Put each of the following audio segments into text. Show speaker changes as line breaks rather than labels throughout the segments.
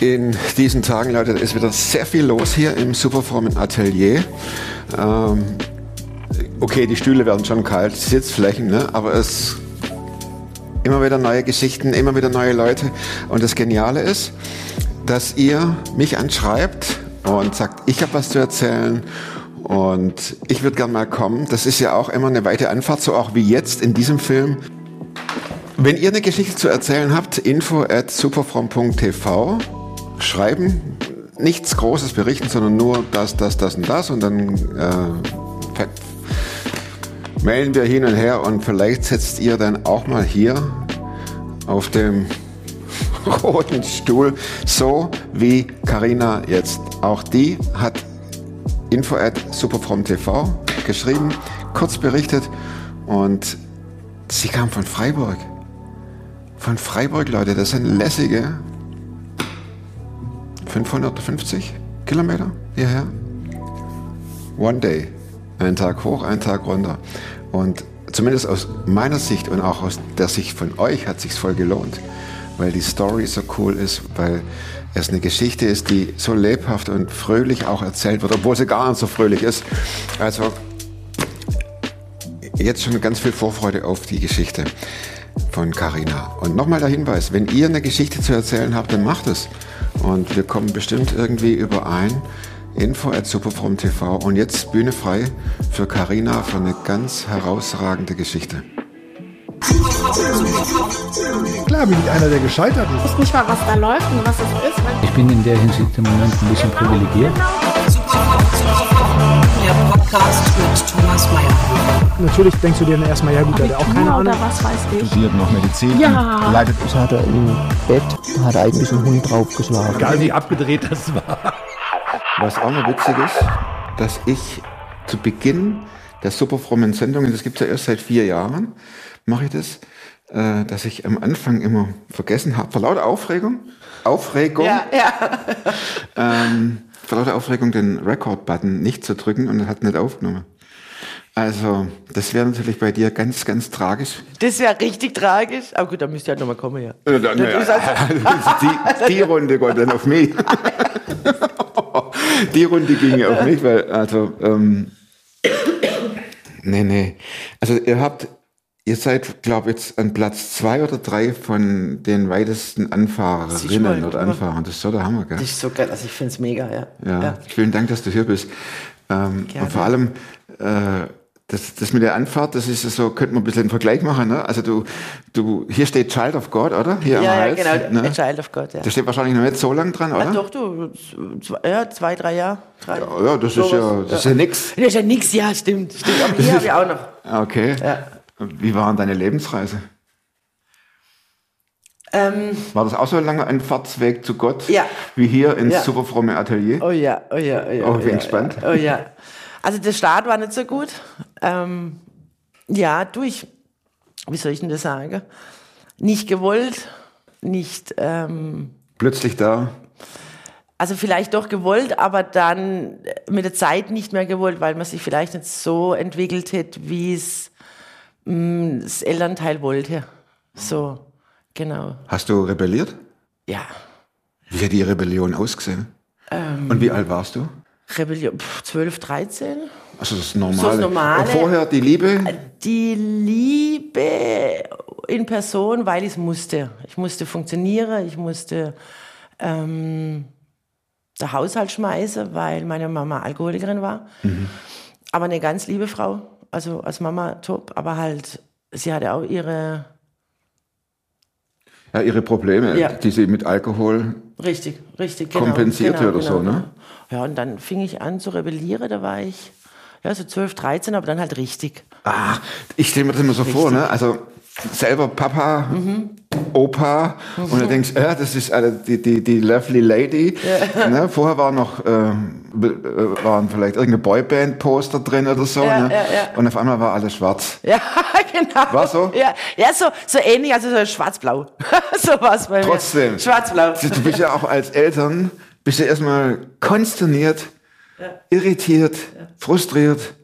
In diesen Tagen, Leute, ist wieder sehr viel los hier im Superformen Atelier. Ähm, okay, die Stühle werden schon kalt, Sitzflächen, ne? aber es immer wieder neue Geschichten, immer wieder neue Leute. Und das Geniale ist, dass ihr mich anschreibt und sagt, ich habe was zu erzählen und ich würde gern mal kommen. Das ist ja auch immer eine weite Anfahrt, so auch wie jetzt in diesem Film. Wenn ihr eine Geschichte zu erzählen habt, info at superfrom.tv schreiben, nichts Großes berichten, sondern nur das, das, das und das und dann äh, ver- mailen wir hin und her und vielleicht sitzt ihr dann auch mal hier auf dem roten Stuhl, so wie Karina jetzt. Auch die hat info at superfrom.tv geschrieben, kurz berichtet und sie kam von Freiburg. Von Freiburg, Leute, das sind lässige 550 Kilometer hierher. One day. Ein Tag hoch, ein Tag runter. Und zumindest aus meiner Sicht und auch aus der Sicht von euch hat sich's voll gelohnt, weil die Story so cool ist, weil es eine Geschichte ist, die so lebhaft und fröhlich auch erzählt wird, obwohl sie gar nicht so fröhlich ist. Also jetzt schon ganz viel Vorfreude auf die Geschichte von Carina. Und nochmal der Hinweis, wenn ihr eine Geschichte zu erzählen habt, dann macht es. Und wir kommen bestimmt irgendwie überein. Info at superfromtv. Und jetzt Bühne frei für Carina für eine ganz herausragende Geschichte.
Klar bin ich einer, der gescheitert ist.
nicht mal, was da läuft und was das ist. weil-
Ich bin in der Hinsicht im Moment ein bisschen privilegiert.
Der Podcast mit Thomas Mayer.
Natürlich denkst du dir dann erstmal, ja gut, der hat ja auch keine
Abitur
Ahnung.
Oder was weiß ich.
studiert noch Medizin,
Ja.
und leidet
Das hat er im Bett, hat er eigentlich einen Hund draufgeschlagen.
Egal wie abgedreht das war.
Was auch noch witzig ist, dass ich zu Beginn der superfrommen Sendungen, das gibt's ja erst seit vier Jahren, mache ich das, äh, dass ich am Anfang immer vergessen habe, vor lauter Aufregung, Aufregung, ähm, vor lauter Aufregung den Record-Button nicht zu drücken und hat nicht aufgenommen. Also, das wäre natürlich bei dir ganz, ganz tragisch.
Das wäre richtig tragisch. Aber gut, dann müsst ihr halt nochmal kommen, ja.
Äh, dann,
Das ist also-
die, die Runde Gott, dann auf mich. die Runde ging ja auf mich, weil, also, ähm, nee, nee. Also, ihr habt, ihr seid, glaube ich, jetzt an Platz zwei oder drei von den weitesten
Siehst du
Anfahrerinnen
mal,
oder Anfahrern. Das ist so der Hammer, gell?
Das ist so geil. Also ich finde es mega, ja.
Ja,
ja.
vielen Dank, dass du hier bist. Ähm,
Gerne.
und vor allem, äh, das, das mit der Anfahrt, das ist ja so, könnte man ein bisschen einen Vergleich machen. Ne? Also du, du, hier steht Child of God, oder? Hier am
Ja, ja,
Hals,
genau. A
Ne?
Child of God, ja.
Da steht wahrscheinlich noch nicht so lang dran,
Ah,
oder?
doch, du, z- zwei, ja, zwei, drei Jahre. Drei.
Ja, ja, das ist ja, das ist ja nix.
Das ist ja nix, ja, stimmt. stimmt. Aber hier habe ich auch noch.
Okay.
Ja.
Wie war denn deine Lebensreise?
Ähm,
War das auch so ein langer Anfahrtsweg zu Gott?
Ja.
Wie hier ins
Ja.
superfromme Atelier?
oh ja, oh ja, oh ja.
Oh, ich bin
ja,
gespannt.
Ja, oh ja. Also der Start war nicht so gut. Ähm, ja, du, ich, wie soll ich denn das sagen? Nicht gewollt, nicht, ähm,
Plötzlich da.
Also vielleicht doch gewollt, aber dann mit der Zeit nicht mehr gewollt, weil man sich vielleicht nicht so entwickelt hätte, wie es mh, das Elternteil wollte. So, genau.
Hast du rebelliert?
Ja,
Wie hat die Rebellion ausgesehen?
Ähm.
Und wie alt warst du?
Rebellion pf, 12, 13.
Also das Normale.
Normale.
Und vorher die Liebe?
Die Liebe in Person, weil ich es musste. Ich musste funktionieren, ich musste ähm, den Haushalt schmeißen, weil meine Mama Alkoholikerin war.
Mhm.
Aber eine ganz liebe Frau, also als Mama top, aber halt, sie hatte auch ihre.
Ja, ihre Probleme,
Ja.
die sie mit Alkohol.
Richtig, richtig, genau.
Kompensierte
genau,
oder so,
genau.
ne?
Ja, und dann fing ich an zu rebellieren, da war ich ja, so 12, 13, aber dann halt richtig.
Ah, ich stelle mir das immer so vor, ne? Also selber Papa,
Mhm.
Opa, und du denkst, äh, das ist alle die, die, die lovely lady. Ne? Vorher war noch, ähm, b- äh, waren vielleicht irgendeine Boyband-Poster drin oder so.
Ja,
ne?
ja, ja.
Und auf einmal war alles schwarz.
Ja, genau.
War so?
Ja, ja so, so ähnlich, also so schwarz-blau. so war es bei
Trotzdem.
mir. Schwarz-blau.
Du bist ja auch als Eltern, bist ja erstmal konsterniert, irritiert, frustriert,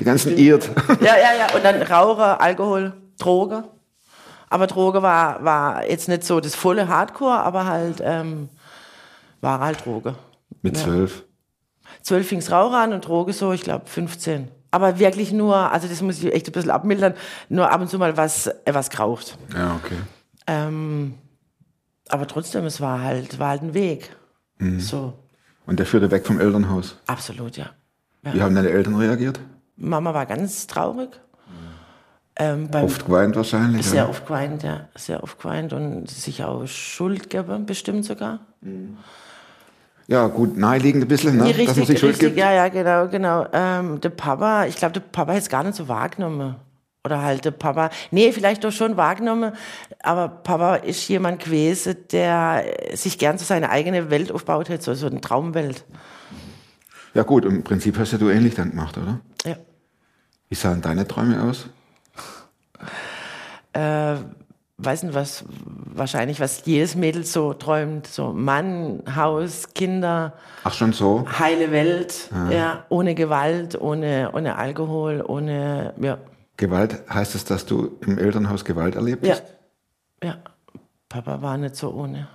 die ganzen irrt.
Ja, ja, ja. Und dann Raucher, Alkohol, Droge. Aber Droge war, war jetzt nicht so das volle Hardcore, aber halt ähm, war halt Droge.
Mit zwölf.
Zwölf fing es Rauch an und Droge so, ich glaube 15. Aber wirklich nur, also das muss ich echt ein bisschen abmildern, nur ab und zu mal was, äh, was geraucht.
Ja. okay.
Ähm, aber trotzdem, es war halt, war halt ein Weg.
Mhm.
So,
Und der führte weg vom Elternhaus.
absolut, ja.
Wie haben deine Eltern reagiert?
Mama war ganz traurig. Ähm, beim
Oft geweint wahrscheinlich.
Sehr
ja.
oft geweint, ja. Sehr oft geweint und sich auch Schuld geben, bestimmt sogar.
ja, gut, naheliegend ein bisschen, ne?
Nee,
dass man
richtig,
sich Schuld
richtig,
gibt.
ja, ja, genau, genau. Ähm, der Papa, ich glaube, der Papa hat es gar nicht so wahrgenommen. Oder halt der Papa, nee, vielleicht doch schon wahrgenommen, aber Papa ist jemand gewesen, der sich gern so seine eigene Welt aufbaut hat, so, so eine Traumwelt.
Ja, gut, im Prinzip hast ja du ähnlich dann gemacht, oder?
Ja.
Wie sahen deine Träume aus?
weiß nicht, was wahrscheinlich, was jedes Mädel so träumt, so Mann, Haus, Kinder,
Ach, schon so?
heile Welt, ja, ohne Gewalt, ohne, ohne Alkohol, ohne, ja,
Gewalt, heißt es, dass du im Elternhaus Gewalt erlebt
ja,
hast?
ja. Papa war nicht so ohne.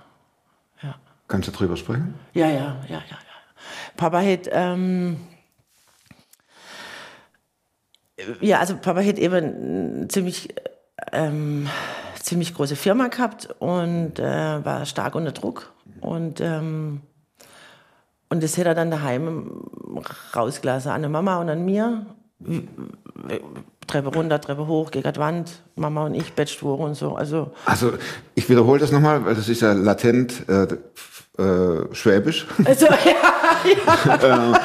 Kannst du drüber sprechen?
Ja, ja, ja, ja. ja. Papa hat, ähm, ja, also Papa hat eben äh, ziemlich, ähm, ziemlich große Firma gehabt und äh, war stark unter Druck und ähm, und das hat er dann daheim rausgelassen an der Mama und an mir. Treppe runter, Treppe hoch, gegen die Wand, Mama und ich, Bettschwore und so. Also
Also, ich wiederhole das nochmal, weil das ist ja latent äh, f- äh, schwäbisch.
Also, ja,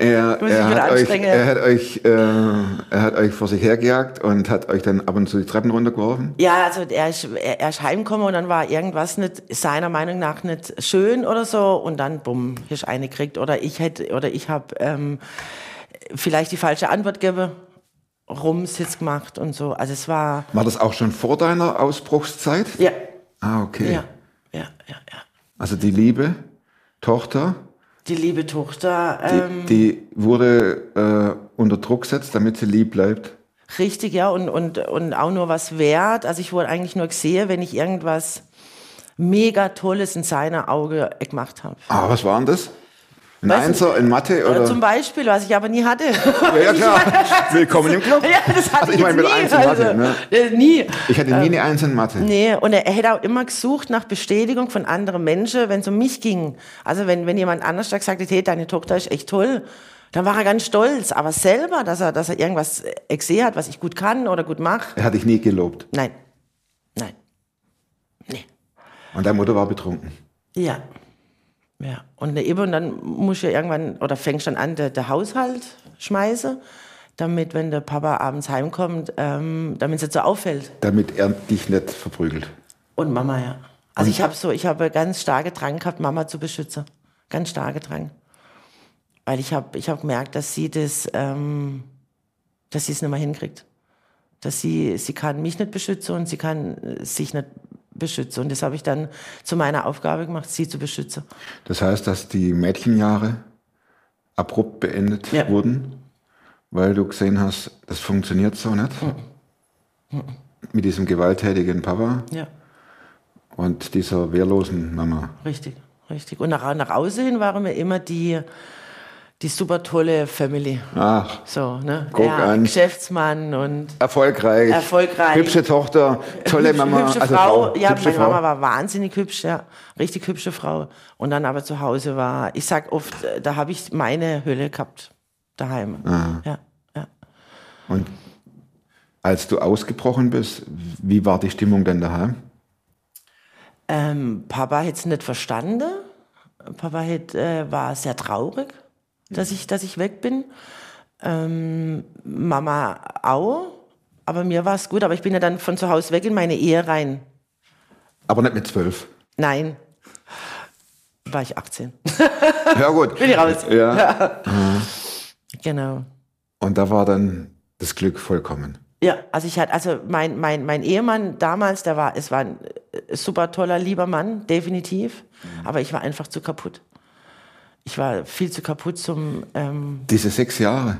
Er,
Muss ich
er,
wieder
hat euch,
anstrengen.
er, hat euch, äh, er hat euch vor sich hergejagt und hat euch dann ab und zu die Treppen runtergeworfen.
ja, also er ist, er, er ist heimgekommen und dann war irgendwas nicht, seiner Meinung nach nicht schön oder so und dann, bumm, hier ist eine gekriegt oder ich hätte, oder ich habe ähm, vielleicht die falsche Antwort gegeben, rumsitz gemacht und so. Also es war,
War das auch schon vor deiner Ausbruchszeit?
ja,
Ah, okay.
ja, ja, ja, ja.
Also die liebe Tochter,
Die liebe Tochter,
die,
ähm,
die wurde äh, unter Druck gesetzt, damit sie lieb bleibt.
Richtig, ja, und, und, und auch nur was wert. Also ich wurde eigentlich nur gesehen, wenn ich irgendwas mega Tolles in seiner Auge gemacht habe.
Ah, was waren das? Ein
Weiß
Einser in Mathe
Oder
oder?
äh, zum Beispiel, was ich aber nie hatte.
ja, ja, klar. Willkommen im Club.
ja, das hatte
Also,
ich,
ich meine, mit Eins
jetzt nie.
in
Also,
Mathe, ne?
äh, Nie.
Ich hatte nie eine Eins in Mathe.
ähm, Nee, und er, er hätte auch immer gesucht nach Bestätigung von anderen Menschen, wenn es um mich ging. Also wenn, wenn jemand anders da gesagt hätte, hey, deine Tochter ist echt toll, dann war er ganz stolz. Aber selber, dass er, dass er irgendwas äh, gesehen hat, was ich gut kann oder gut mache,
Er hat dich nie gelobt.
nein. Nein. Nee.
Und deine Mutter war betrunken.
Ja. Ja. Und ne- eben, und dann musst du ja irgendwann, oder fängst dann an, der, der Haushalt schmeißen, damit, wenn der Papa abends heimkommt, ähm, damit es nicht so auffällt.
Damit er dich nicht verprügelt.
Und Mama, ja. Also ich habe so, ich habe ganz starke Drang gehabt, Mama zu beschützen. Ganz starke Drang. Weil ich habe ich hab gemerkt, dass sie das, ähm, dass sie es nicht mehr hinkriegt. Dass sie, sie kann mich nicht beschützen und sie kann äh, sich nicht beschützen. Und das habe ich dann zu meiner Aufgabe gemacht, sie zu beschützen.
Das heißt, dass die Mädchenjahre abrupt beendet
Ja.
wurden, weil du gesehen hast, das funktioniert so nicht.
Hm.
Mit diesem gewalttätigen Papa
Ja.
und dieser wehrlosen Mama.
Richtig, richtig. Und nach, nach außen hin waren wir immer die, die super tolle Family.
Ach,
So, ne?
Guck an.
Geschäftsmann und
erfolgreich.
Erfolgreich.
Hübsche Tochter, tolle Mama.
hübsche
also
Frau. Ja,
hübsche
meine
Frau.
Mama war wahnsinnig hübsch, ja. Richtig hübsche Frau. Und dann aber zu Hause war, ich sag oft, äh, da habe ich meine Hölle gehabt. Daheim.
Ah.
Ja, ja.
Und als du ausgebrochen bist, wie war die Stimmung denn daheim?
Ähm, Papa hätte es nicht verstanden. Papa hat, äh, war sehr traurig, dass ich, dass ich weg bin. Ähm, Mama auch. Aber mir war es gut. Aber ich bin ja dann von zu Hause weg in meine Ehe rein.
Aber nicht mit zwölf.
Nein. War ich 18.
Ja, gut.
Bin ich raus.
Ja.
Genau.
Und da war dann das Glück vollkommen.
Ja, also ich hatte, also mein, mein, mein Ehemann damals, der war, es war ein äh, super toller, lieber Mann, definitiv. Aber ich war einfach zu kaputt. Ich war viel zu kaputt zum, ähm,
Diese sechs Jahre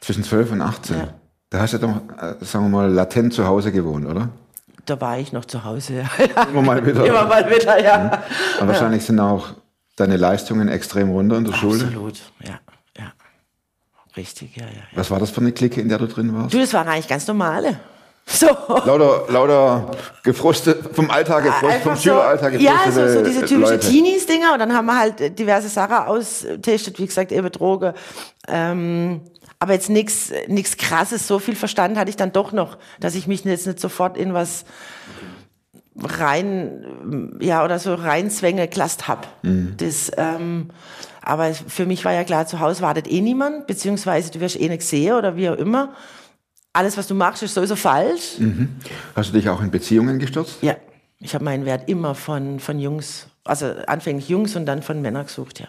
zwischen 12 und 18,
Ja.
da hast du doch, äh, sagen wir mal, latent zu Hause gewohnt, oder?
da war ich noch zu Hause.
Immer mal wieder.
Immer mal wieder, ja.
Aber wahrscheinlich sind auch deine Leistungen extrem runter in der Schule.
Absolut, ja, ja. Richtig, ja, ja.
Was war das für eine Clique, in der du drin warst?
Du, das waren eigentlich ganz normale. So.
Lauter, lauter gefrustet, vom Alltag gefrustet, vom
Einfach
Schüleralltag
so, ja, so,
gefrustete
so diese typischen
Leute.
Teenies-Dinger. Und dann haben wir halt äh, diverse Sachen austestet, wie gesagt, eben Droge. Ähm, aber jetzt nichts nix krasses, so viel Verstand hatte ich dann doch noch, dass ich mich jetzt nicht sofort in was rein, ähm, ja, oder so reinzwänge klast hab.
Mhm.
Das, ähm, aber es- für mich war ja klar, zu Hause wartet eh niemand, beziehungsweise du wirst eh nichts sehen oder wie auch immer. Alles, was du machst, ist sowieso falsch.
Hast du dich auch in Beziehungen gestürzt?
Ja, ich habe meinen Wert immer von, von Jungs, also anfänglich Jungs und dann von Männern gesucht, ja.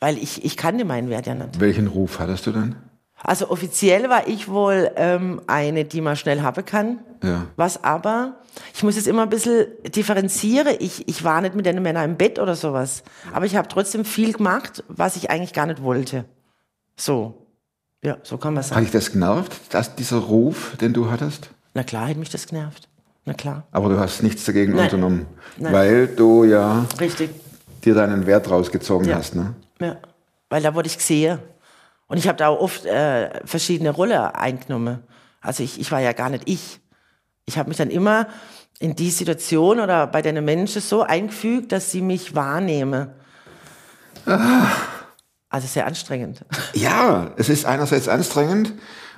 Weil ich, ich kannte meinen Wert ja nicht.
Welchen Ruf hattest du dann?
Also offiziell war ich wohl ähm, eine, die man schnell haben kann.
Ja.
Was aber, ich muss jetzt immer ein bisschen differenziere. Ich, ich war nicht mit den Männern im Bett oder sowas. Aber ich habe trotzdem viel gemacht, was ich eigentlich gar nicht wollte. So. Ja, so kann man
Hat
sagen.
dich das genervt, dass dieser Ruf, den du hattest?
Na klar, hätte mich das genervt. Na klar.
Aber du hast nichts dagegen
Nein.
unternommen,
Nein.
weil du ja
Richtig.
dir deinen Wert rausgezogen
Ja.
hast. Ne?
Ja, weil da wurde ich gesehen. Und ich habe da auch oft äh, verschiedene Rollen eingenommen. Also ich, ich war ja gar nicht ich. Ich habe mich dann immer in die Situation oder bei den Menschen so eingefügt, dass sie mich wahrnehmen. Also sehr anstrengend.
Ja, es ist einerseits anstrengend,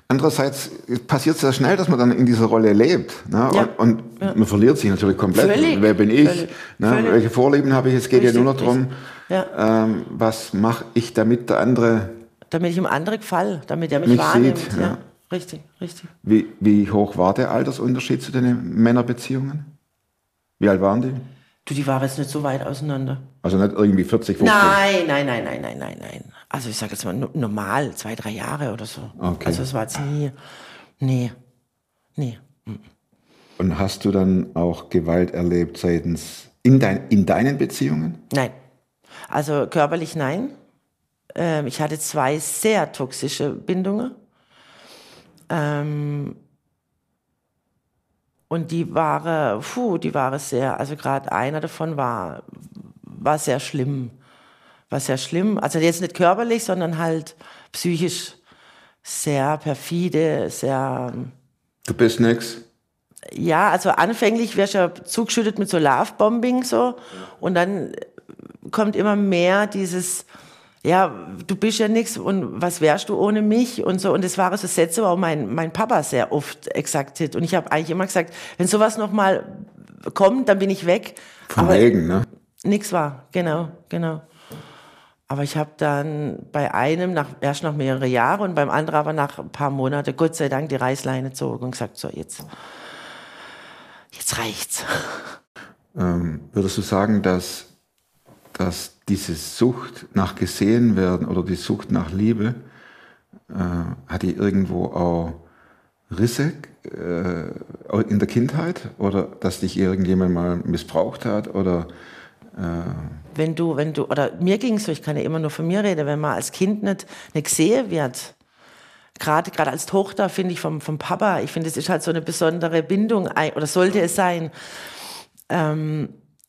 andererseits passiert es sehr schnell, dass man dann in dieser Rolle lebt. Ne?
Ja.
Und, und man verliert sich natürlich komplett.
Völlig.
Wer bin ich?
Völlig.
Ne?
Völlig.
Welche Vorlieben habe ich? Es geht ja
Richtig,
nur noch darum,
richtig. Ja.
ähm, was mache ich, damit der andere,
Damit ich im anderen Fall, damit er mich,
Mich
wahrnimmt.
sieht,
ja.
ja.
Richtig, richtig.
wie, wie hoch war der Altersunterschied zu den Männerbeziehungen? Wie alt waren die?
Du, die waren jetzt nicht so weit auseinander.
Also nicht irgendwie 40, 50?
Nein, nein, nein, nein, nein, nein, nein. Also ich sage jetzt mal no- normal, zwei, drei Jahre oder so.
Okay.
Also es war jetzt nie, nee, nee.
Und hast du dann auch Gewalt erlebt seitens in, dein, in deinen Beziehungen?
Nein. Also körperlich nein. Ähm, ich hatte zwei sehr toxische Bindungen. Ähm, und die waren, puh, die waren sehr, also gerade einer davon war, war sehr schlimm. War sehr schlimm. Also jetzt nicht körperlich, sondern halt psychisch sehr perfide, sehr
Du bist nix.
ja, also anfänglich wirst du ja zugeschüttet mit so Love-Bombing so und dann kommt immer mehr dieses, ja, du bist ja nix und was wärst du ohne mich und so und das waren so Sätze, wo auch mein, mein Papa sehr oft exakt hat und ich habe eigentlich immer gesagt, wenn sowas nochmal kommt, dann bin ich weg.
Von
Aber
wegen, ne?
Nix war, genau, genau. Aber ich habe dann bei einem nach, erst nach mehrere Jahre und beim anderen aber nach ein paar Monate, Gott sei Dank, die Reißleine gezogen und gesagt, so jetzt, jetzt reicht's.
Ähm, würdest du sagen, dass, dass diese Sucht nach gesehen werden oder die Sucht nach Liebe, äh, hat die irgendwo auch Risse äh, in der Kindheit? Oder dass dich irgendjemand mal missbraucht hat? Oder
Wenn du, wenn du, oder mir ging's so, ich kann ja immer nur von mir reden, wenn man als Kind nicht, nicht gesehen wird, gerade gerade als Tochter, finde ich, vom, vom Papa, ich finde, es ist halt so eine besondere Bindung, ein- oder sollte es sein. Ähm,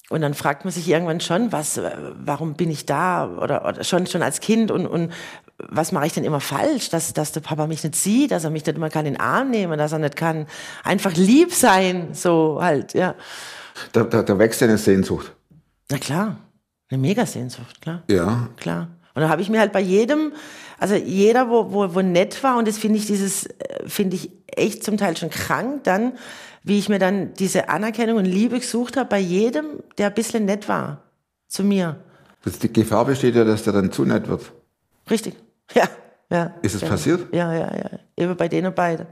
und dann fragt man sich irgendwann schon, was, äh, warum bin ich da? Oder, oder schon, schon als Kind und, und was mache ich denn immer falsch, dass, dass der Papa mich nicht sieht, dass er mich nicht immer kann in den Arm nehmen, dass er nicht kann einfach lieb sein, so halt, ja.
da, da, da wächst ja eine Sehnsucht.
Na klar, eine Megasehnsucht, klar
Ja.
klar. Und da habe ich mir halt bei jedem, also jeder, wo, wo, wo nett war, und das finde ich dieses, äh, finde ich echt zum Teil schon krank, dann, wie ich mir dann diese Anerkennung und Liebe gesucht habe, bei jedem, der ein bisschen nett war zu mir.
Das, die Gefahr besteht ja, dass der dann zu nett wird.
Richtig. Ja, ja.
Ist es
ja.
passiert?
Ja, ja, ja. Eben bei denen beide.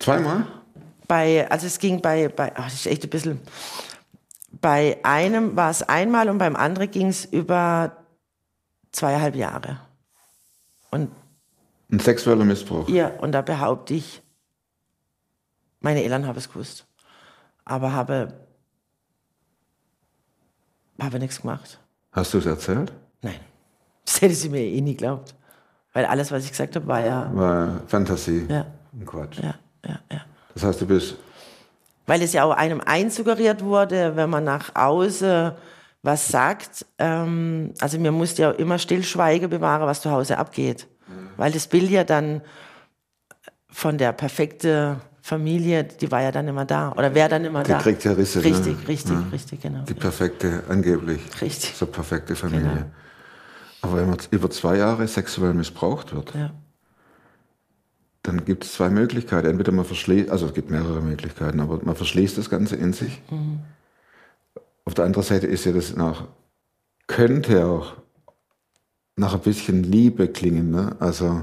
Zweimal?
Bei, also es ging bei, bei ach, das ist echt ein bisschen. Bei einem war es einmal und beim anderen ging es über zweieinhalb Jahre. Und
Ein sexueller Missbrauch.
Ja, und da behaupte ich, meine Eltern haben es gewusst, aber habe, habe nichts gemacht.
Hast du es erzählt?
Nein, das hätte sie mir eh nie geglaubt. Weil alles, was ich gesagt habe, war ja,
War Fantasie.
ja,
Ein Quatsch.
ja, ja, ja.
Das heißt, du bist
Weil es ja auch einem einsuggeriert wurde, wenn man nach außen was sagt. Ähm, also mir musst ja immer Stillschweige bewahren, was zu Hause abgeht.
Mhm.
Weil das Bild ja dann von der perfekten Familie, die war ja dann immer da. Oder wäre dann immer
Der
da.
kriegt ja Risse, ne?
Richtig, richtig, richtig, genau.
Die perfekte, angeblich.
Richtig. Genau.
So perfekte Familie. Aber wenn man z- über zwei Jahre sexuell missbraucht wird,
Ja.
dann gibt es zwei Möglichkeiten. Entweder man verschließt, also es gibt mehrere Möglichkeiten, aber man verschließt das Ganze in sich.
Mhm.
Auf der anderen Seite ist ja das nach, könnte auch nach ein bisschen Liebe klingen. Ne? Also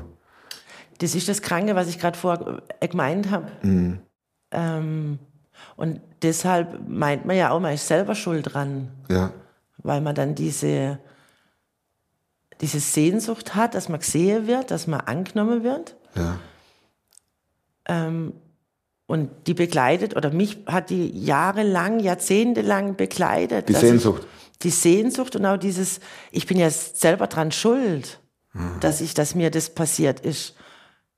Das ist das Kranke, was ich gerade vorher äh, gemeint habe.
mm,
Ähm, und deshalb meint man ja auch, man ist selber schuld dran,
ja,
weil man dann diese, diese Sehnsucht hat, dass man gesehen wird, dass man angenommen wird.
ja,
Ähm, und die begleitet, oder mich hat die jahrelang, jahrzehntelang begleitet.
die
dass
Sehnsucht.
Ich, die Sehnsucht und auch dieses, ich bin ja selber dran schuld,
Mhm.
dass, ich, dass mir das passiert ist.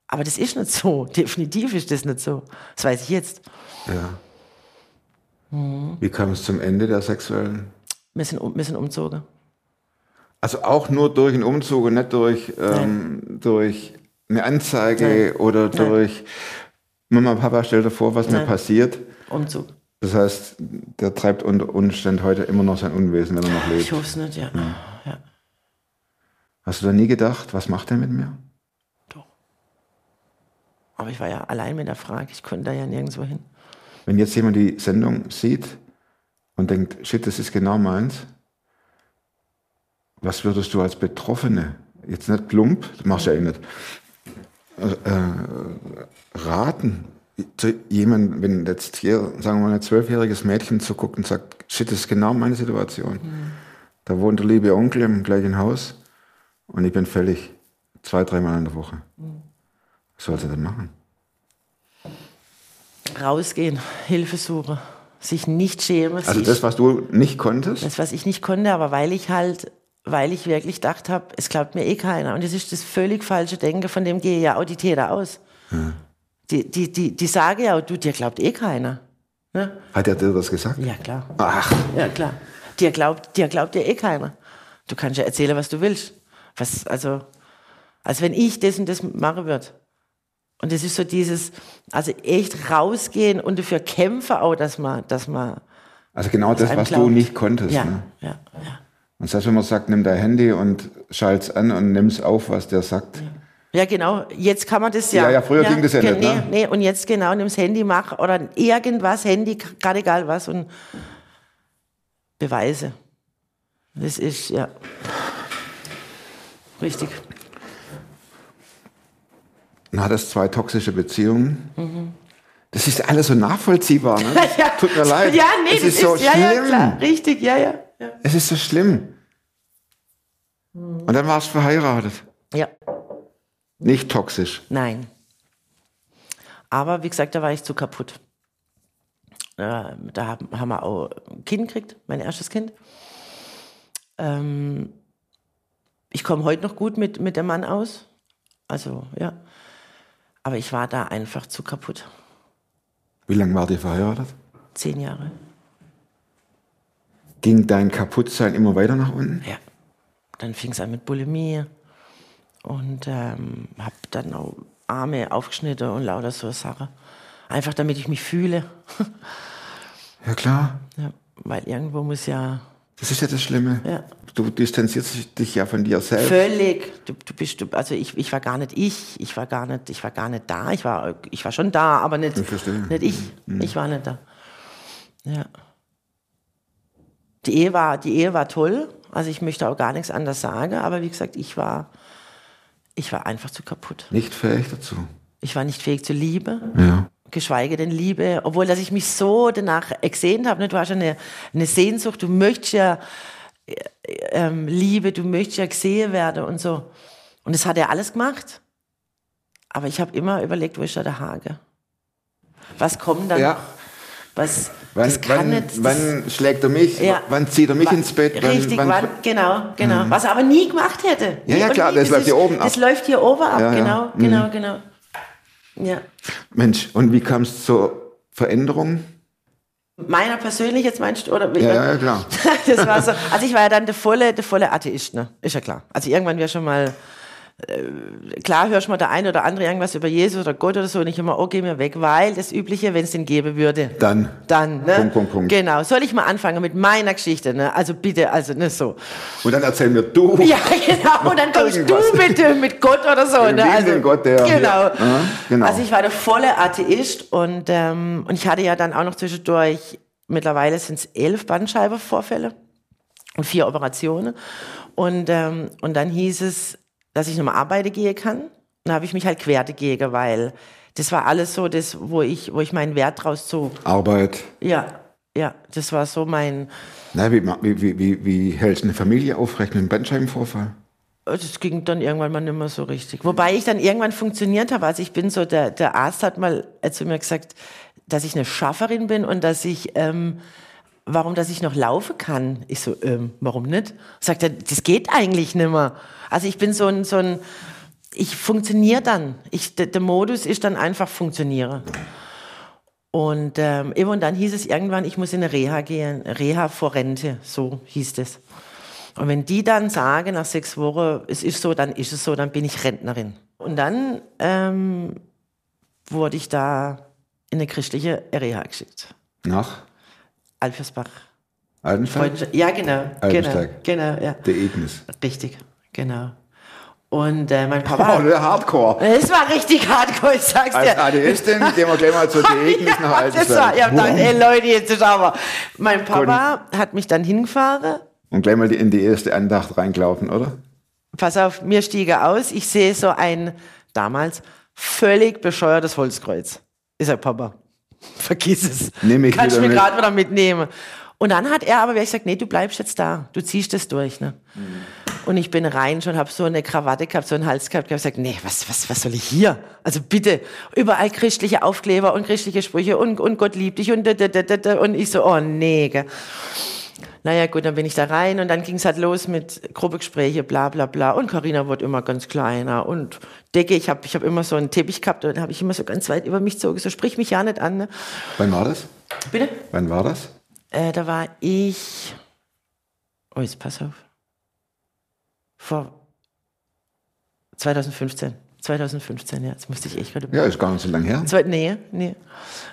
Aber das ist nicht so. Definitiv ist das nicht so. Das weiß ich jetzt.
Ja. Wie kam es zum Ende der sexuellen?
Wir sind, um- wir sind umzogen.
Also auch nur durch einen Umzug und nicht durch, ähm, durch eine Anzeige oder
Nein.
durch Mama, Papa, stell dir vor, was mir
Nein.
passiert.
Umzug.
Das heißt, der treibt unter Umständen heute immer noch sein Unwesen, wenn er noch
Ich
lebt.
hoffe es nicht, ja.
Mhm.
ja.
Hast du da nie gedacht, was macht er mit mir?
Aber ich war ja allein mit der Frage. Ich konnte da ja nirgendwo hin.
Wenn jetzt jemand die Sendung sieht und denkt, shit, das ist genau meins, was würdest du als Betroffene, jetzt nicht plump, das machst du ja eh nicht, äh, raten, zu jemandem, wenn jetzt hier, sagen wir mal, ein zwölfjähriges Mädchen zuguckt und sagt, shit, das ist genau meine Situation. Da wohnt der liebe Onkel im gleichen Haus und ich bin fällig. Zwei, dreimal in der Woche. Was soll sie denn machen?
Rausgehen, Hilfe suchen, sich nicht schämen.
Also
sich,
das, was du nicht konntest,
das, was ich nicht konnte, aber weil ich halt, weil ich wirklich gedacht habe, es glaubt mir eh keiner. Und das ist das völlig falsche Denken, von dem gehe ja auch die Täter aus.
Hm.
Die, die, die, die sagen ja, auch, du, dir glaubt eh keiner. Ne?
Hat er dir das gesagt?
Ja, klar.
Ach,
Ja, klar. Dir glaubt, dir glaubt ja eh keiner. Du kannst ja erzählen, was du willst. Was, also, als wenn ich das und das machen würde. Und das ist so dieses, also echt rausgehen und dafür kämpfen auch, dass man, dass man
also genau das,
einem
was du
glaubt.
nicht konntest.
ja,
Ne?
ja, ja.
Und das heißt, wenn man sagt, nimm dein Handy und schalt's an und nimm's auf, was der sagt.
Ja, genau. Jetzt kann man das ja.
Ja, ja, früher ging das ja
ge-
nicht, ne?
Nee, nee, und jetzt genau, nimm das Handy, mach oder irgendwas, Handy, k- gerade egal was und Beweise. Das ist, ja. Richtig.
Dann hat es zwei toxische Beziehungen. Das ist alles so nachvollziehbar. Ne? Das Tut mir leid.
Mhm. Ja, nee,
es
das
ist, so
ja,
schlimm.
ja, klar. Richtig, ja, ja. Ja.
Es ist so schlimm.
Mhm.
Und dann warst du verheiratet.
ja.
Nicht toxisch.
Nein. Aber wie gesagt, da war ich zu kaputt. Äh, Da haben haben wir auch ein Kind gekriegt, mein erstes Kind. Ähm, ich komme heute noch gut mit, mit dem Mann aus. Also, ja. Aber ich war da einfach zu kaputt.
Wie lange wart ihr verheiratet?
Zehn Jahre.
Ging dein Kaputtsein immer weiter nach unten?
Ja. Dann fing es an mit Bulimie und ähm, habe dann auch Arme aufgeschnitten und lauter so Sachen. Einfach damit ich mich fühle.
Ja, klar.
Ja, weil irgendwo muss ja
Das ist ja das Schlimme.
Ja.
Du distanzierst dich ja von dir selbst.
Völlig. Du, du bist, du, also ich, ich war gar nicht ich. Ich war gar nicht, ich war gar nicht da. Ich war, ich war schon da, aber nicht
Ich verstehe. Mhm.
Nicht ich. Ich war nicht da. Ja. Die Ehe war, die Ehe war toll. Also ich möchte auch gar nichts anderes sagen. Aber wie gesagt, ich war, ich war einfach zu kaputt.
Nicht fähig dazu.
Ich war nicht fähig zur Liebe
Ja.
geschweige denn Liebe, obwohl dass ich mich so danach gesehnt habe. Ne? Du hast ja eine, eine Sehnsucht, du möchtest ja äh, ähm, Liebe, du möchtest ja gesehen werden und so. Und das hat er alles gemacht. Aber ich habe immer überlegt, wo ist da der Hage? Was kommt dann?
Ja.
Was?
Wann,
das kann
wann,
nicht. Das,
wann schlägt er mich?
Ja.
Wann zieht er mich ins Bett? Wann,
Richtig,
wann, Mhm.
wann, genau, genau. Was er aber nie gemacht hätte.
Ja, ja,
Und
klar, das
das
läuft hier
ist-
oben ab.
Das läuft hier oben ab,
Ja, Mhm. ja.
genau, genau, genau. Ja.
Mensch, und wie kam es zur Veränderung?
Meiner persönlich jetzt meinst du? Oder
Ja, ja, ja, klar.
das war so. Also ich war ja dann der volle, der volle Atheist, ne? Ist ja klar. Also irgendwann wäre schon mal äh, klar hörst mal der eine oder andere irgendwas über Jesus oder Gott oder so und ich immer, oh, geh mir weg, weil das Übliche, wenn es den geben würde.
Dann.
Dann, ne?
Punkt, Punkt, Punkt.
Genau. Soll ich mal anfangen mit meiner Geschichte, ne? Also bitte, also ne, so.
Und dann erzähl mir du.
Ja, genau. Und dann kommst du
Irgendwas.
bitte mit Gott oder so.
Gegen
Ne?
den oh Gott, der-
genau.
Ja, aha, genau.
Also ich war der volle Atheist und, ähm, und ich hatte ja dann auch noch zwischendurch, mittlerweile sind es elf Bandscheibenvorfälle und vier Operationen. Und, ähm, und dann hieß es, dass ich nochmal arbeiten gehen kann. Und da habe ich mich halt quer dagegen, weil das war alles so das, wo ich, wo ich meinen Wert draus zog.
Arbeit.
Ja, ja, das war so mein,
Na, wie, ma- wie, wie, wie, wie hältst du eine Familie aufrecht mit einem Bandscheibenvorfall?
Äh, Das ging dann irgendwann mal nicht mehr so richtig. Wobei ich dann irgendwann funktioniert habe. Also ich bin so, der, der Arzt hat mal äh, zu mir gesagt, dass ich eine Schafferin bin und dass ich, ähm, warum, dass ich noch laufen kann. Ich so, ähm, warum nicht? Sagt er, das geht eigentlich nicht mehr. Also ich bin so ein, so ein ich funktioniere dann. Ich, der, der Modus ist dann einfach funktioniere. Und ähm, eben und dann hieß es irgendwann, ich muss in eine Reha gehen. Reha vor Rente, so hieß das. Und wenn die dann sagen, nach sechs Wochen, es ist so, dann ist es so, dann bin ich Rentnerin. Und dann ähm, wurde ich da in eine christliche Reha geschickt.
Nach
Alfersbach.
Altenstein?
Freundschaft- Ja, genau. Genau,
Alberstein.
genau, ja.
Der Egnis.
Richtig, genau. Und äh, mein
Oh,
Papa.
der Hardcore.
Es war richtig hardcore, ich sag's dir.
Als Atheistin gehen wir gleich mal zur E
Ja,
Gegend nach
das war, ich hab gedacht,
Altenstein.
ey Leute, jetzt ist aber. Mein Papa hat mich dann hingefahren.
Und gleich mal die- in die erste Andacht reingelaufen, oder?
Pass auf, mir stieg er aus. Ich sehe so ein damals völlig bescheuertes Holzkreuz. Ist er Papa? Vergiss es.
Nehm ich
Kannst du
wieder
mir
mit.
gerade wieder mitnehmen. Und dann hat er aber wirklich gesagt, nee, du bleibst jetzt da. Du ziehst das durch. Ne?
Mhm.
Und ich bin rein schon, habe so eine Krawatte gehabt, so einen Hals gehabt, habe gesagt, nee, was, was, was soll ich hier? Also bitte, überall christliche Aufkleber und christliche Sprüche und, und Gott liebt dich und da, da, da, da, da. und ich so, oh nee. Gell. Naja, gut, dann bin ich da rein und dann ging es halt los mit Gruppegespräche, bla bla bla. Und Carina wurde immer ganz kleiner und Decke, ich habe ich hab immer so einen Teppich gehabt und habe ich immer so ganz weit über mich gezogen, so sprich mich ja nicht an. Ne?
Wann war das?
Bitte?
Wann war das?
Äh, da war ich. Oh, jetzt pass auf. Vor 2015. 2015, ja. Jetzt musste ich echt gerade.
Ja, ist gar nicht so lange her.
Zwei, nee, nee.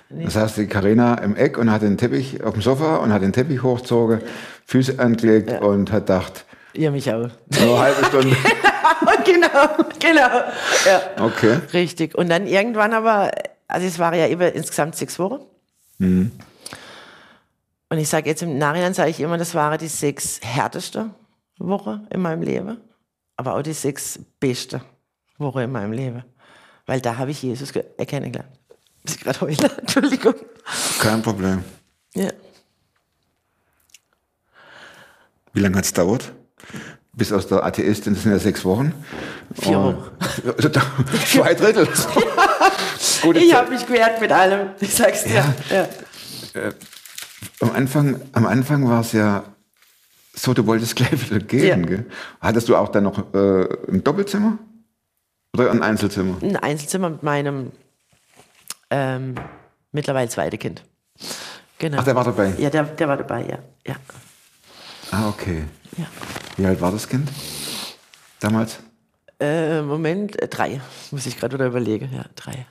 Das heißt, die Karina im Eck und hat den Teppich auf dem Sofa und hat den Teppich hochgezogen, Füße angelegt und hat gedacht,
Ihr mich auch.
nur eine halbe Stunde.
genau, genau. Ja.
Okay.
Richtig. Und dann irgendwann aber, also es waren ja immer insgesamt sechs Wochen.
Mhm.
Und ich sage jetzt im Nachhinein, sage ich immer, das waren die sechs härteste Woche in meinem Leben, aber auch die sechs beste Woche in meinem Leben. Weil da habe ich Jesus ge- äh, kennengelernt. Muss Ich gerade heulen, Entschuldigung.
Kein Problem.
Ja.
Wie lange hat es dauert? Bis aus der Atheistin, das sind ja sechs Wochen.
Vier
Und-
Wochen.
Zwei Drittel. Gute
Ich
Zeit.
habe mich gewehrt mit allem, ich sag's dir. Ja. Ja.
Am Anfang, am Anfang war es ja so, du wolltest gleich wieder gehen.
Ja.
Gell? Hattest du auch dann noch äh, ein Doppelzimmer? Oder ein Einzelzimmer?
Ein Einzelzimmer mit meinem ähm, mittlerweile zweiten Kind. Genau.
Ach, der war dabei.
Ja, der, der war dabei, ja. ja.
Ah, okay.
ja.
Wie alt war das Kind? Damals?
Äh, Moment, äh, drei. Muss ich gerade wieder überlegen. Ja, drei.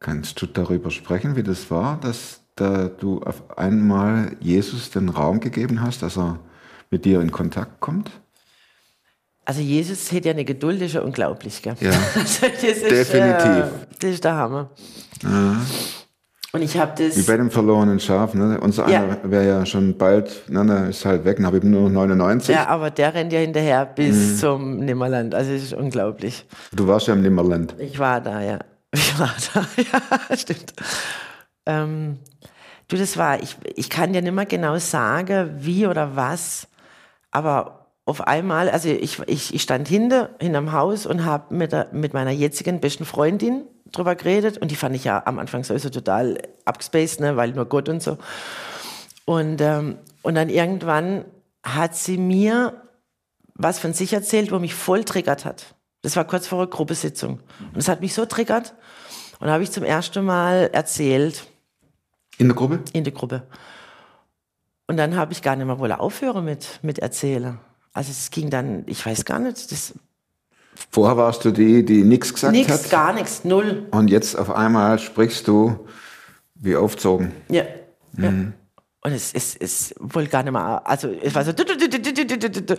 Kannst du darüber sprechen, wie das war, dass da du auf einmal Jesus den Raum gegeben hast, dass er mit dir in Kontakt kommt?
Also Jesus hat ja eine Geduld, ist ja unglaublich, gell?
Ja.
Also das ist, Äh,
Definitiv. Mhm.
das ist der Hammer. Und ich habe
Wie
das...
bei dem verlorenen Schaf, ne? Unser
Ja.
einer wäre ja schon bald, na, na, ist halt weg, dann habe ich nur noch 99.
Ja, aber der rennt ja hinterher
Mhm.
bis zum Nimmerland. Also es ist unglaublich.
Du warst ja im Nimmerland.
Ich war da, ja. Ich war da, ja, stimmt. Ähm, du, das war, ich, ich kann dir nicht mehr genau sagen, wie oder was, aber auf einmal, also ich, ich, ich stand hinter, hinterm Haus und habe mit, der- mit meiner jetzigen besten Freundin drüber geredet und die fand ich ja am Anfang sowieso total abgespaced, ne, weil nur Gott und so. Und, ähm, und dann irgendwann hat sie mir was von sich erzählt, wo mich voll triggert hat. Das war kurz vor einer Gruppensitzung. Und es hat mich so triggert. Und da habe ich zum ersten Mal erzählt
In der Gruppe?
in der Gruppe. Und dann habe ich gar nicht mehr wollen aufhören mit, mit Erzählen. Also es ging dann, ich weiß gar nicht, das,
Vorher warst du die, die nichts gesagt
nichts,
hat.
gar nichts, null.
Und jetzt auf einmal sprichst du wie aufzogen.
Ja. ja. Und es ist, ist wohl gar nicht mehr, also es war so. du- du- du- du- du- du- du- du- du.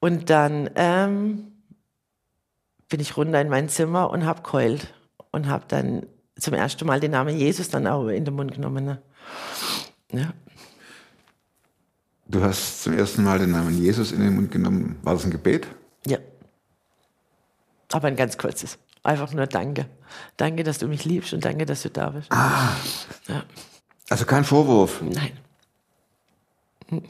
Und dann ähm, bin ich runter in mein Zimmer und hab keult und hab dann zum ersten Mal den Namen Jesus dann auch in den Mund genommen. Ne? Ja.
Du hast zum ersten Mal den Namen Jesus in den Mund genommen. War das ein Gebet?
ja. Aber ein ganz kurzes. Einfach nur Danke. Danke, dass du mich liebst und danke, dass du da bist.
Also kein Vorwurf.
Nein. Hm.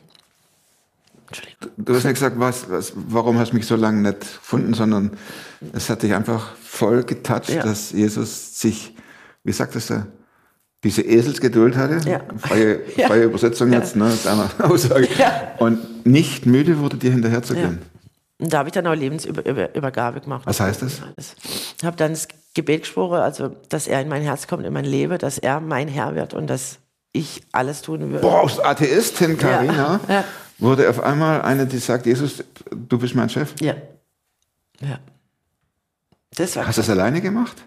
Entschuldigung.
Du hast nicht gesagt, was, was, warum hast du mich so lange nicht gefunden, sondern es hat dich einfach voll getatscht,
Ja.
dass Jesus sich, wie sagtest du, diese Eselsgeduld hatte.
Ja.
Freie,
Ja.
freie Übersetzung jetzt, ne, ist eine Aussage.
Ja.
Und nicht müde wurde, dir hinterherzugehen.
Und da habe ich dann auch Lebensübergabe gemacht.
Was heißt das?
Ich habe dann das Gebet gesprochen, also dass er in mein Herz kommt, in mein Leben, dass er mein Herr wird und dass ich alles tun würde.
Boah, aus Atheistin Karina
Ja. Ja.
wurde auf einmal eine, die sagt, Jesus, du bist mein Chef.
Ja. Ja. Das war
Hast du das alleine gemacht?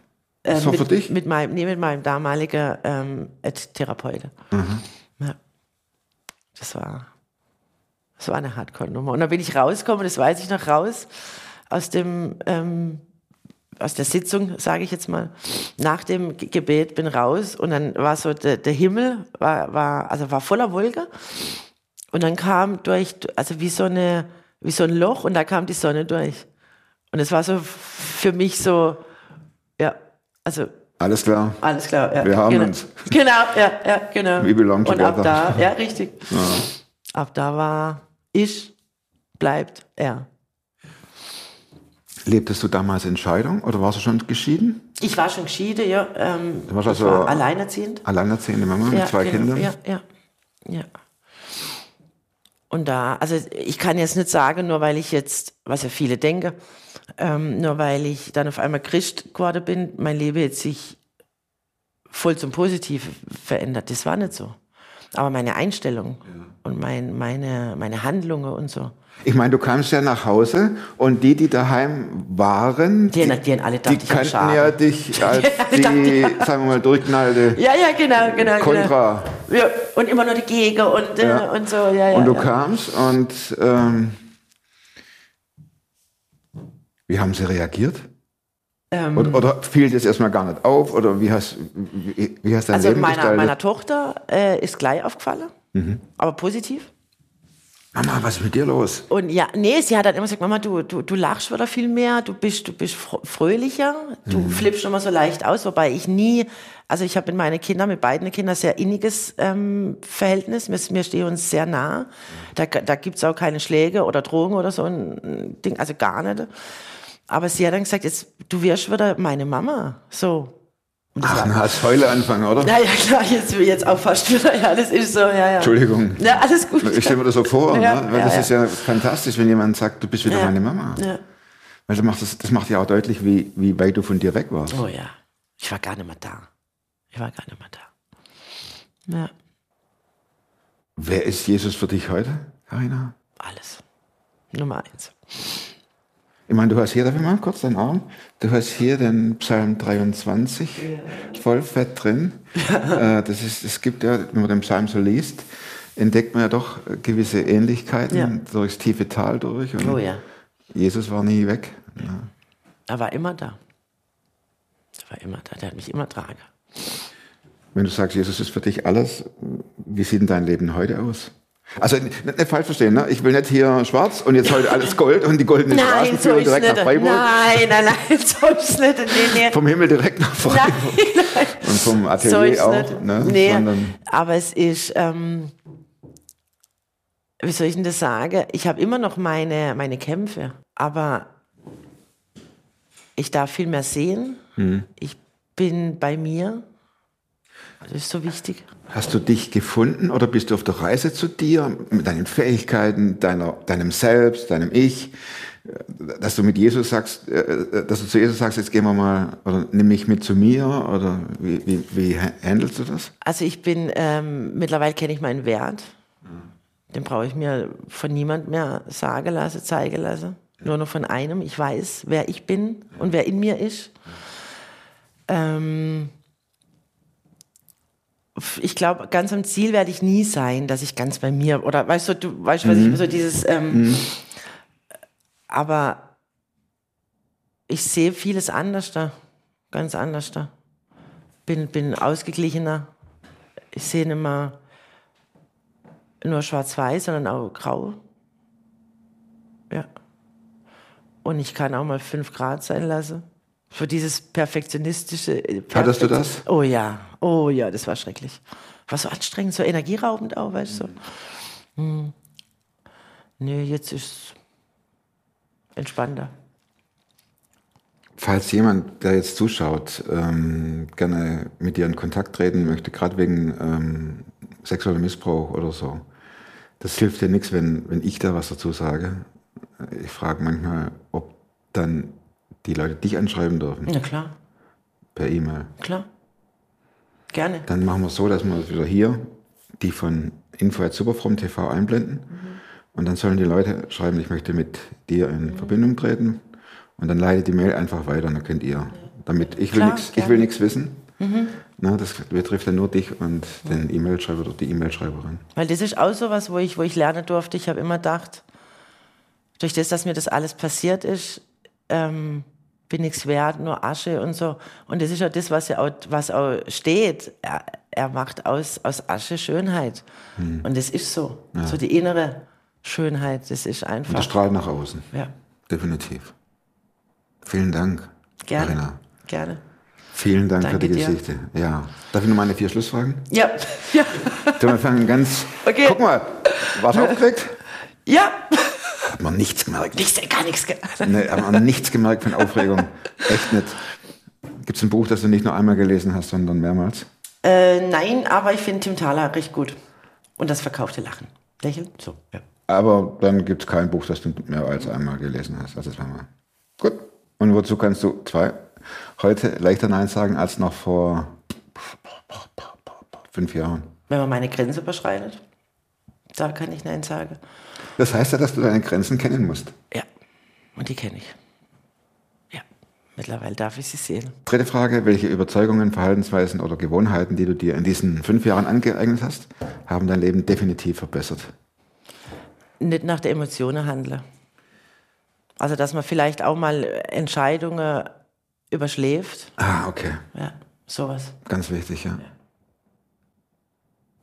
das war
Äh, mit,
für dich?
Mit meinem, nee, mit meinem damaligen ähm, Ed- Therapeuten.
Mhm.
Ja. Das war, das war eine Hardcore-Nummer. Und dann bin ich rausgekommen, das weiß ich noch, raus aus dem, ähm, aus der Sitzung, sage ich jetzt mal, nach dem Ge- Gebet bin raus und dann war so der, der Himmel war, war also war voller Wolke und dann kam durch also wie so eine wie so ein Loch und da kam die Sonne durch und es war so f- für mich so ja, also
Alles klar.
alles klar. Ja.
Wir haben
genau.
uns.
Genau, ja, ja, genau.
We belong
Und ab
together.
da, ja, richtig. Ab da war ich, bleibt er.
Lebtest du damals in Scheidung oder warst du schon geschieden?
Ich war schon geschieden, ja. Ähm,
Du warst
ich
also-
war alleinerziehend.
Alleinerziehende Mama
ja,
mit zwei
genau,
Kindern?
Ja, ja, ja. Und da, also ich kann jetzt nicht sagen, nur weil ich jetzt, was ja viele denken, ähm, nur weil ich dann auf einmal Christ geworden bin, mein Leben jetzt sich voll zum Positiven verändert. Das war nicht so. Aber meine Einstellung und mein, meine, meine Handlungen und so,
Ich meine, du kamst ja nach Hause und die, die daheim waren,
Die- die haben alle
die
gedacht, ich hab
kannten
Schaden.
ja dich als die, sagen wir mal, durchknallte
Ja, ja, genau, genau.
Kontra.
Genau. Ja, und immer nur die Gegner und, äh,
Ja.
und so, ja, ja.
und du
ja.
kamst und ähm, wie haben sie reagiert?
Ähm.
oder, oder fiel das erstmal gar nicht auf? Oder wie hast, wie, wie hast dein
Also
Leben Mhm.
meiner,
gestaltet?
meiner Tochter äh, ist gleich aufgefallen, aber positiv.
Mama, was ist mit dir los?
Und ja, nee, sie hat dann immer gesagt, Mama, du, du, du lachst wieder viel mehr, du bist, du bist fr- fröhlicher, du
Mhm.
flippst immer so leicht aus, wobei ich nie, also ich habe mit meinen Kindern, mit beiden Kindern sehr inniges ähm, Verhältnis, wir, wir stehen uns sehr nah, da, da gibt's auch keine Schläge oder Drogen oder so ein Ding, also gar nicht. Aber sie hat dann gesagt, jetzt, du wirst wieder meine Mama, so.
Ach, na, als Heule anfangen, oder?
Ja, ja, klar, jetzt, jetzt auch fast wieder, ja, das ist so, ja, ja.
Entschuldigung.
Ja, alles gut.
Ich stelle mir das so vor,
Ja,
ne? weil
ja,
das
ja.
ist ja fantastisch, wenn jemand sagt, du bist wieder
Ja.
meine Mama.
Ja.
Weil das macht, das, das macht ja auch deutlich, wie, wie weit du von dir weg warst.
Oh ja, ich war gar nicht mehr da. Ich war gar nicht mehr da. Ja,
Wer ist Jesus für dich heute, Karina?
alles. Nummer eins.
Ich meine, du hast hier, darf ich mal kurz deinen Arm? Du hast hier den Psalm 23 voll fett drin. Äh, das ist, es gibt ja, wenn man den Psalm so liest, entdeckt man ja doch gewisse Ähnlichkeiten
Ja.
durchs tiefe Tal durch. Und
Oh ja,
Jesus war nie weg. Ja.
er war immer da. Er war immer da, der hat mich immer tragen.
Wenn du sagst, Jesus ist für dich alles, wie sieht denn dein Leben heute aus? Also nicht, nicht falsch verstehen, ne? ich will nicht hier schwarz und jetzt heute alles Gold und die goldenen Straßen führen direkt nach Freiburg,
Nein, nein, nein, so ist nicht. Nee, nee.
vom Himmel direkt nach
Nein,
Freiburg
nein.
und vom
So
Atelier
ist
auch.
nicht.
Ne?
Nee,
Sondern,
aber es ist, ähm, wie soll ich denn das sagen? Ich habe immer noch meine, meine Kämpfe, aber ich darf viel mehr sehen.
Hm.
Ich bin bei mir. Das ist so wichtig.
hast du dich gefunden oder bist du auf der Reise zu dir mit deinen Fähigkeiten, deiner, deinem Selbst, deinem Ich? dass du mit Jesus sagst, äh, dass du zu Jesus sagst, jetzt gehen wir mal, oder nimm mich mit zu mir, oder wie, wie, wie ha- handelst du das?
Also ich bin, ähm, mittlerweile kenne ich meinen Wert. Den brauche ich mir von niemand mehr sagen lassen, zeigen lassen. Nur noch von einem. Ich weiß, wer ich bin und wer in mir ist. Ähm, ich glaube, ganz am Ziel werde ich nie sein, dass ich ganz bei mir, oder weißt du, du weißt, was ich so dieses, ähm, aber ich sehe vieles anders da, ganz anders da. Bin, bin ausgeglichener. Ich sehe nicht mehr nur schwarz-weiß, sondern auch grau. Ja. Und ich kann auch mal 5 Grad sein lassen. Für dieses perfektionistische.
Hattest du das?
Oh ja, oh ja, das war schrecklich. War so anstrengend, so energieraubend auch, weißt du. So. Hm. Nö, jetzt ist es entspannter.
Falls jemand, der jetzt zuschaut, ähm, gerne mit dir in Kontakt treten möchte, gerade wegen ähm, sexuellem Missbrauch oder so, das hilft dir nichts, wenn, wenn ich da was dazu sage. Ich frage manchmal, ob dann die Leute dich anschreiben dürfen
Na klar,
per E-Mail.
klar. Gerne.
Dann machen wir es so, dass wir wieder hier die von Info Superfrom TV einblenden.
Mhm.
Und dann sollen die Leute schreiben, ich möchte mit dir in Verbindung treten. Und dann leitet die Mail einfach weiter und dann könnt ihr damit. Ich will
Klar,
nichts, ich
gerne. Mhm.
will nichts wissen. Na, das betrifft dann nur dich und den E-Mail-Schreiber oder die E-Mail-Schreiberin.
Weil das ist auch so was, wo ich, wo ich lernen durfte. Ich habe immer gedacht, durch das, dass mir das alles passiert ist, ähm, bin ich's wert, nur Asche und so. Und das ist ja das, was ja auch, was auch steht. Er, er macht aus, aus Asche Schönheit.
Hm.
Und das ist so. So die innere Schönheit, das
Und das
ist einfach.
strahlt nach außen.
Ja,
Definitiv. Vielen Dank,
gerne.
Marina.
Gerne.
Vielen Dank
Danke
für die
dir.
Geschichte. Ja. Darf ich noch meine vier Schlussfragen?
Ja, ja,
So, wir fangen ganz.
Okay.
Guck mal, warst du aufgeregt?
ja.
Hat man nichts gemerkt.
Nichts, gar nichts. ge-
Nee, haben wir nichts gemerkt von Aufregung. Echt nicht. Gibt es ein Buch, das du nicht nur einmal gelesen hast, sondern mehrmals?
Äh, nein, aber ich finde Tim Thaler recht gut. Und das verkaufte Lachen. Lächeln? So, ja.
Aber dann gibt es kein Buch, das du mehr als einmal gelesen hast. Also zweimal. Gut. Und wozu kannst du zwei heute leichter Nein sagen als noch vor fünf Jahren?
Wenn man meine Grenze überschreitet, da kann ich Nein sagen.
Das heißt ja, dass du deine Grenzen kennen musst.
Ja, und die kenne ich. Ja, mittlerweile darf ich sie sehen.
Dritte Frage, welche Überzeugungen, Verhaltensweisen oder Gewohnheiten, die du dir in diesen fünf Jahren angeeignet hast, haben dein Leben definitiv verbessert?
Nicht nach der Emotionen handle. Also, dass man vielleicht auch mal Entscheidungen überschläft.
Ah, okay.
Ja, sowas.
Ganz wichtig, ja.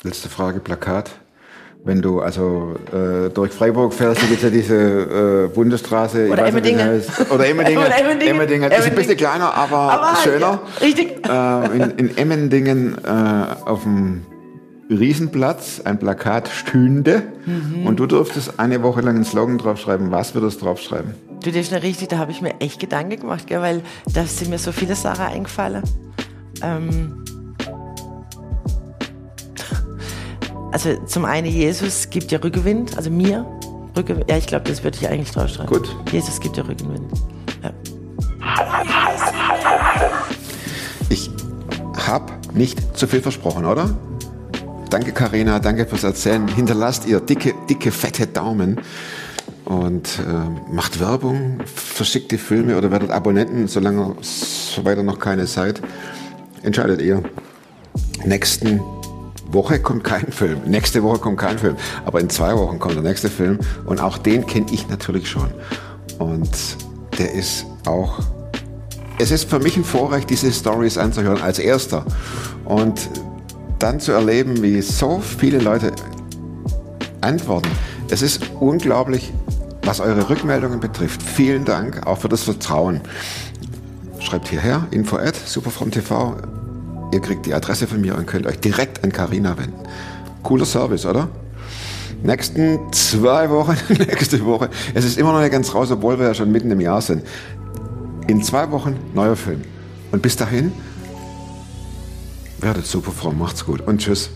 Letzte Frage, Plakat. Wenn du also äh, durch Freiburg fährst, gibt es ja diese äh, Bundesstraße. ich
Oder
weiß nicht, wie
Emmendingen.
sie heißt. Oder Emmendingen.
Oder Emmendingen.
Emmendingen. Ist ein bisschen
Emmendingen.
kleiner, aber, schöner.
Ja, richtig.
Äh, in, in Emmendingen äh, auf dem Riesenplatz ein Plakat stünde
Mhm.
und du dürftest eine Woche lang einen Slogan draufschreiben. Was würdest du draufschreiben?
Du, das ist eine richtig, da habe ich mir echt Gedanken gemacht, gell, weil da sind mir so viele Sachen eingefallen. Ähm, also zum einen, Jesus gibt ja Rückenwind, also mir. Rückenwind, ja, ich glaube, das würde ich eigentlich draufschreiben.
Gut.
Jesus gibt ja Rückenwind. Ja.
Ich habe nicht zu viel versprochen, oder? Danke, Karina. Danke fürs Erzählen. Hinterlasst ihr dicke, dicke, fette Daumen und äh, macht Werbung, verschickt die Filme oder werdet Abonnenten, solange, soweit ihr noch keine seid. Entscheidet ihr. Nächsten Woche kommt kein Film. Nächste Woche kommt kein Film. Aber in zwei Wochen kommt der nächste Film. Und auch den kenne ich natürlich schon. Und der ist auch es ist für mich ein Vorrecht, diese Stories anzuhören als erster und dann zu erleben, wie so viele Leute antworten. Es ist unglaublich, was eure Rückmeldungen betrifft. Vielen Dank auch für das Vertrauen. Schreibt hierher, info at superfromtv. Ihr kriegt die Adresse von mir und könnt euch direkt an Karina wenden. Cooler Service, oder? Nächsten zwei Wochen, nächste Woche. Es ist immer noch nicht ganz raus, obwohl wir ja schon mitten im Jahr sind. In zwei Wochen neuer Film. Und bis dahin, werdet super fromm, macht's gut und tschüss.